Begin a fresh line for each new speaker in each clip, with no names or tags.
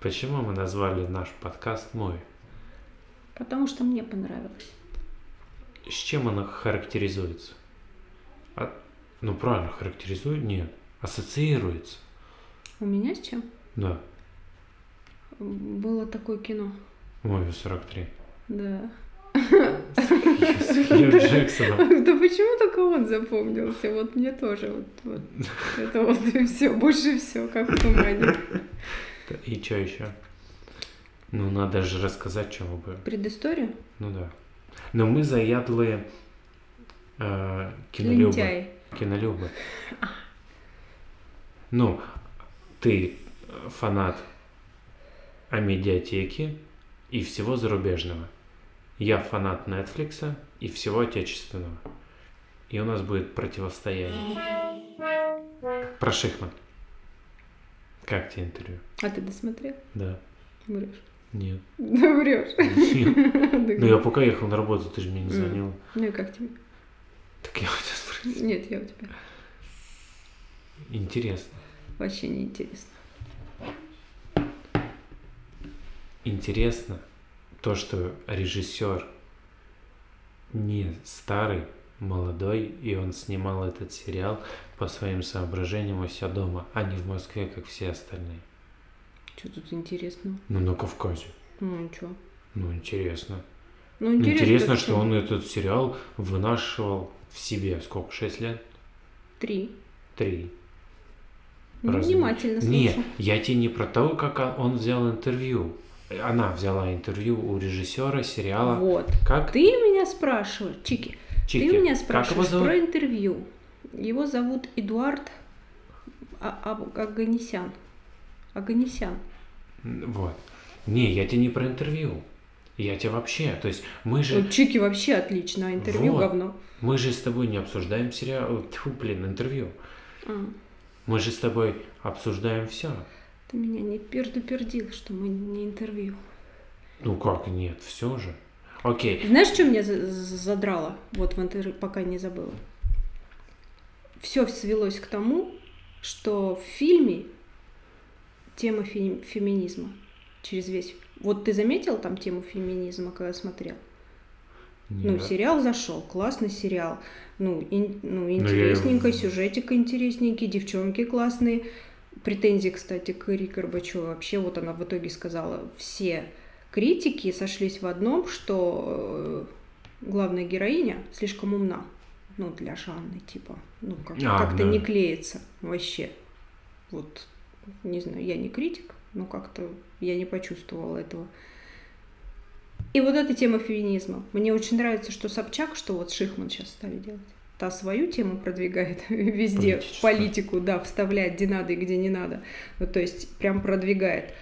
Почему мы назвали наш подкаст «Мой»?
Потому что мне понравилось.
С чем она характеризуется? А- ну, правильно, характеризует? Нет. Ассоциируется.
У меня с чем?
Да.
Было такое кино.
Мой 43.
Да.
С Хью Джексоном.
Да почему только он запомнился? Вот мне тоже вот, вот. это вот и все, больше все, как в тумане.
И что еще? Ну, надо же рассказать, чем мы были.
Предысторию?
Ну да. Но мы заядлые э, кинолюбы.
Лентяй.
Кинолюбы. Ну, ты э, фанат о медиатеки и всего зарубежного. Я фанат Netflix и всего отечественного. И у нас будет противостояние. Про Шихман. Как тебе интервью?
А ты досмотрел?
Да.
Врешь.
Нет.
Да врешь.
Нет. Ну я
Да.
пока ехал на работу, ты же мне не
Мгм.
звонила.
Ну и как тебе?
Так я вот сейчас про-
Нет, я у тебя.
Интересно.
Вообще не интересно.
Интересно то, что режиссер не старый, молодой, и он снимал этот сериал по своим соображениям у себя дома, а не в Москве, как все остальные.
Что тут интересного?
Ну, на Кавказе.
Ну ничего.
Ну, интересно.
Ну
Интересно,
интересно,
что он этот сериал вынашивал в себе. Сколько? Шесть лет?
Три.
Три.
Ну,
Разве
Внимательно
Нет,
слушал.
я тебе не про то, как он- он взял интервью. Она взяла интервью у режиссера сериала.
Вот.
Как?
Ты меня спрашиваешь, Чики,
Чики.
ты меня
Как его
спрашиваешь
зовут?
про интервью. Его зовут Эдуард А- Аб- Аганесян. Аганесян.
М, Вот. Не, я тебе не про интервью. Я тебе вообще. То есть мы же,
Вот Чики вообще отлично, а интервью
Вот.
говно.
мы же с тобой не обсуждаем сериал. э, Тьфу, блин, интервью.
А,
Мы же с тобой обсуждаем все.
ты меня не пердупердил, что мы не интервью.
Ну как нет, все же. Окей.
Знаешь, что меня за- за- задрало? Вот в интервью, пока не забыла. Все свелось к тому, что в фильме тема фе- феминизма через весь... Вот ты заметил там тему феминизма, когда смотрел? Ну,
Нет.
сериал зашел, классный сериал. Ну, ин- ну
я
интересненько,
его-
сюжетик интересненький, девчонки классные. Претензии, кстати, к Ире Горбачевой. Вообще, вот она в итоге сказала, все критики сошлись в одном, что э, главная героиня слишком умна. Ну, для Жанны, типа. Ну, как-
А,
как-то
да.
не клеится вообще. Вот, не знаю, я не критик, но как-то я не почувствовала этого. И вот эта тема феминизма. Мне очень нравится, что Собчак, что вот Шихман сейчас стали делать. Та свою тему продвигает везде, в
Политическую.
политику, да, вставляет, где надо и где не надо. Ну, то есть прям продвигает.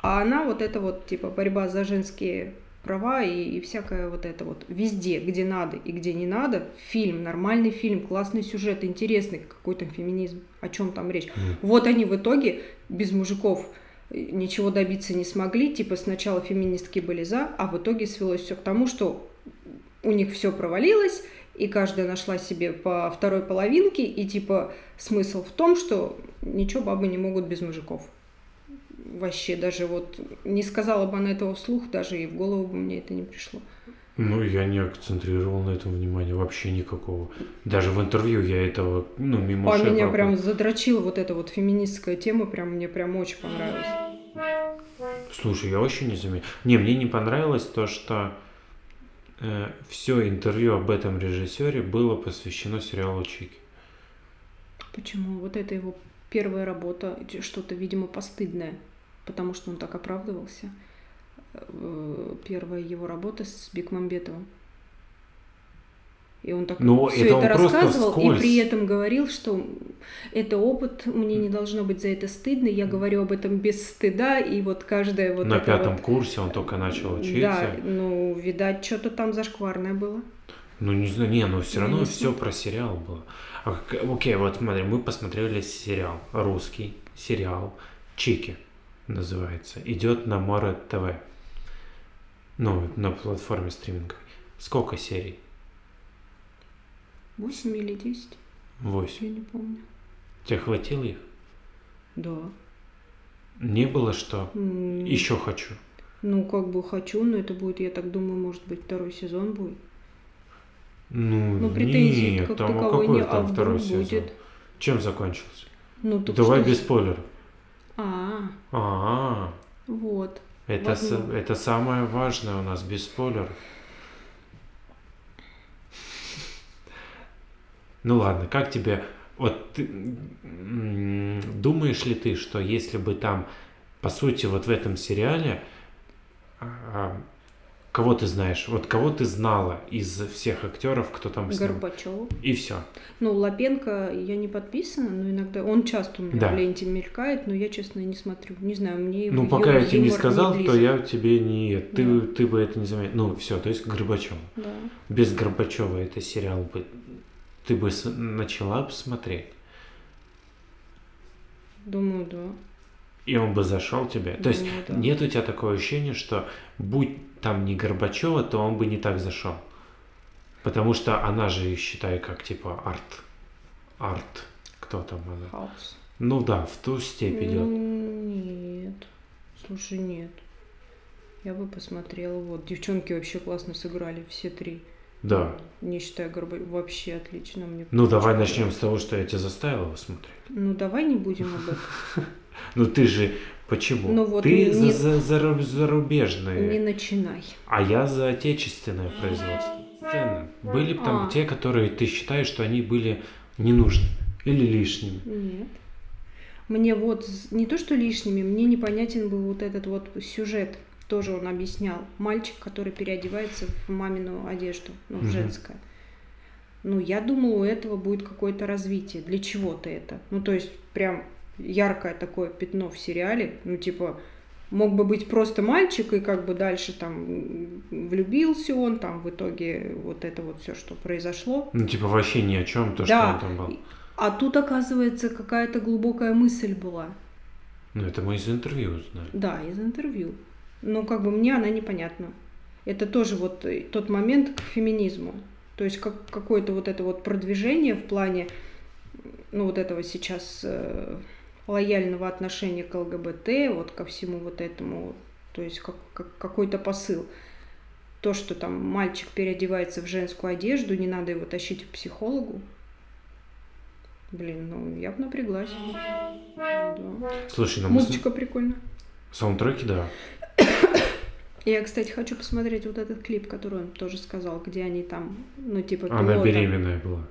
А она вот это вот, типа, борьба за женские права и, и всякое вот это вот. Везде, где надо и где не надо, фильм, нормальный фильм, классный сюжет, интересный, какой там феминизм, о чем там речь.
М.
Вот они в итоге без мужиков э, ничего добиться не смогли. Типа сначала феминистки были за, а в итоге свелось все к тому, что у них все провалилось, и каждая нашла себе по второй половинке, и типа смысл в том, что ничего бабы не могут без мужиков. Вообще даже вот не сказала бы она этого вслух, даже и в голову бы мне это не пришло.
Ну, я не акцентрировал на этом внимание вообще никакого. Даже в интервью я этого, ну, мимо
а
ушей
меня
пропу-
прям задрочила вот эта вот феминистская тема, прям мне прям очень понравилось.
Слушай, я вообще не заметил. Не, мне не понравилось то, что все интервью об этом режиссере было посвящено сериалу Чики.
Почему? Вот это его первая работа, ч- что-то, видимо, постыдное, потому что он так оправдывался. Э, Первая его работа с Бекмамбетовым. И он так
Но
все
это
это,
он просто
рассказывал, и
вскользь.
при этом говорил, что это опыт, мне не должно быть за это стыдно, я говорю об этом без стыда, и вот каждая вот
На
эта
пятом
вот-
курсе он только начал
Да,
учиться.
ну, видать, что-то там зашкварное было.
Ну, не знаю, не, ну все
Я
равно
не
все про сериал было. А как- окей, вот смотри, мы посмотрели сериал. Русский сериал Чики называется. Идет на Море ТВ. Ну, на платформе стриминга. Сколько серий?
Восемь или десять,
Восемь.
я не помню.
Тебе хватило их?
Да.
Не было что?
М,
Еще хочу.
Ну, как бы хочу, но это будет, я так думаю, может быть, второй сезон будет.
Ну,
Ну, претензий
нет,
как
там а
таковой
какой
не- а
там
вдруг
второй сезон?
будет?
Чем закончился?
Ну, так
Давай
что-
без спойлеров.
А,
А,
вот.
это, с-
Ладно.
это самое важное у нас, без спойлеров. Ну ладно, как тебе... Вот ты, м, думаешь ли ты, что если бы там, по сути, вот в этом сериале, а, кого ты знаешь, вот кого ты знала из всех актеров, кто там с ним,
Горбачева.
и все.
Ну, Лапенко я не подписана, но иногда он часто у меня
Да.
в ленте мелькает, но я, честно, не смотрю. Не знаю, мне
Ну,
его
пока я
юмор
тебе не
близок.
сказал, то я тебе не... Ты,
Да.
ты бы это не заметил. Ну, все, то есть Горбачев.
Да.
Без Горбачева это сериал бы... Ты бы с- начала бы смотреть,
Думаю, да.
и он бы зашел тебе. То есть
Думаю, да.
нет у тебя такого ощущения, что будь там не Горбачева, то он бы не так зашел. Потому что она же, считай, как типа арт. Арт. Кто там она?
Хаос.
Ну да, в ту степь идет.
Ну, нет. Слушай, нет. Я бы посмотрела. Вот, девчонки вообще классно сыграли, все три.
Да.
Не считая горба, вообще отлично мне.
Ну давай
очень
начнем с того, что я тебя заставила его смотреть.
Ну давай не будем об этом.
Ну ты же почему?
Ну вот
ты
не-
за, за- зару- зарубежные,
Не начинай.
а я за отечественное производство. Сцены. Были бы там
А.
те, которые ты считаешь, что они были ненужны или лишними.
Нет. Мне вот с- не то что лишними, мне непонятен был вот этот вот сюжет. Тоже он объяснял. Мальчик, который переодевается в мамину одежду, ну, в
Мгм.
женское. Ну, я думала, у этого будет какое-то развитие. Для чего-то это. Ну, то есть, прям яркое такое пятно в сериале. Ну, типа, мог бы быть просто мальчик, и как бы дальше там м, влюбился он, там в итоге вот это вот все, что произошло.
Ну типа вообще ни о чем, то,
Да.
что он там был.
А тут, оказывается, какая-то глубокая мысль была.
Ну это мы из интервью узнали.
Да, из интервью. Но как бы мне она непонятна. Это тоже вот э, тот момент к феминизму. То есть как, какое-то вот это вот продвижение в плане, ну вот этого сейчас э, лояльного отношения к ЛГБТ, вот ко всему вот этому, то есть как, как- какой-то посыл. То, что там мальчик переодевается в женскую одежду, не надо его тащить к психологу. Блин, ну я бы напряглась. Да.
Слушай, ну мы с-
Музычка прикольная.
саундтреки, да.
Я, кстати, хочу посмотреть вот этот клип, который он тоже сказал, где они там, ну, типа,
Она
пилота.
беременная была.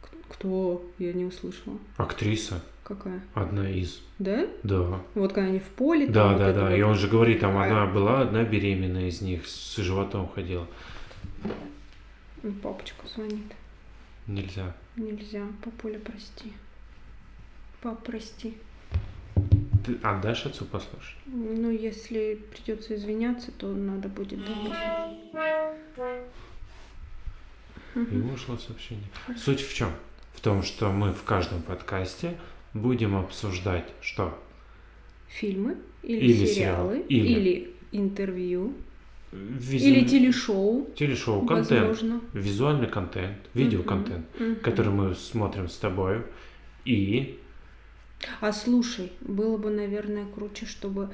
К- Кто? Я не услышала.
Актриса.
Какая?
Одна из.
Да?
Да.
Вот когда они в поле. там
Да,
вот
да,
это
да.
вот.
И он же говорит, там
А-
она была одна беременная из них, с животом ходила.
М, Ну, Папочка звонит.
Нельзя.
Нельзя. Папуля, прости. Пап, прости.
Ты отдашь отцу послушать?
Ну, если придется извиняться, то надо будет думать.
Ему ушло сообщение. Суть в чем? В том, что мы в каждом подкасте будем обсуждать, что
Фильмы или,
Или
сериалы,
сериал. Или.
или интервью,
визу-
или телешоу,
телешоу, контент,
возможно.
визуальный контент, видеоконтент,
Мгм.
который мы смотрим с тобой. И
А слушай, было бы, наверное, круче, чтобы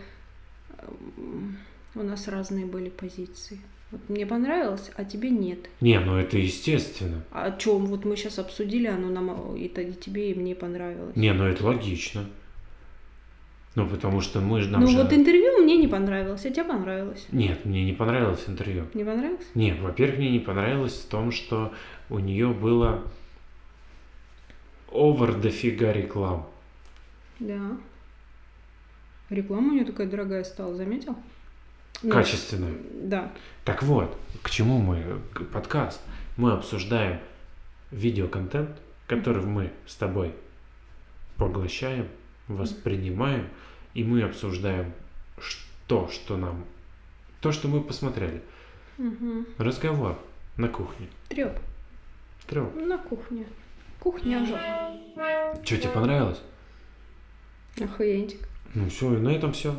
эм, у нас разные были позиции. Вот мне понравилось, а тебе нет.
не, ну это естественно.
А о чем вот мы сейчас обсудили, оно нам э, и, т- и тебе, и мне понравилось.
Не, ну это логично. Ну потому что мы же нам
ну
же-
вот интервью мне не понравилось, а тебе понравилось.
Нет, мне не понравилось интервью.
Не понравилось?
Не, во-первых, мне не понравилось в том, что у нее было овер дофига реклам.
Да. Реклама у нее такая дорогая стала, заметил? Ну,
Качественная.
Да.
Так вот, к чему мы к- подкаст? Мы обсуждаем видеоконтент, который мы с тобой поглощаем, воспринимаем, и мы обсуждаем ш- то, что нам, то, что мы посмотрели.
Угу.
Разговор на кухне.
Треп.
Трёп.
Ну, На кухне. Кухня же.
Что тебе понравилось?
Охуенчик.
Ну все, и на этом все.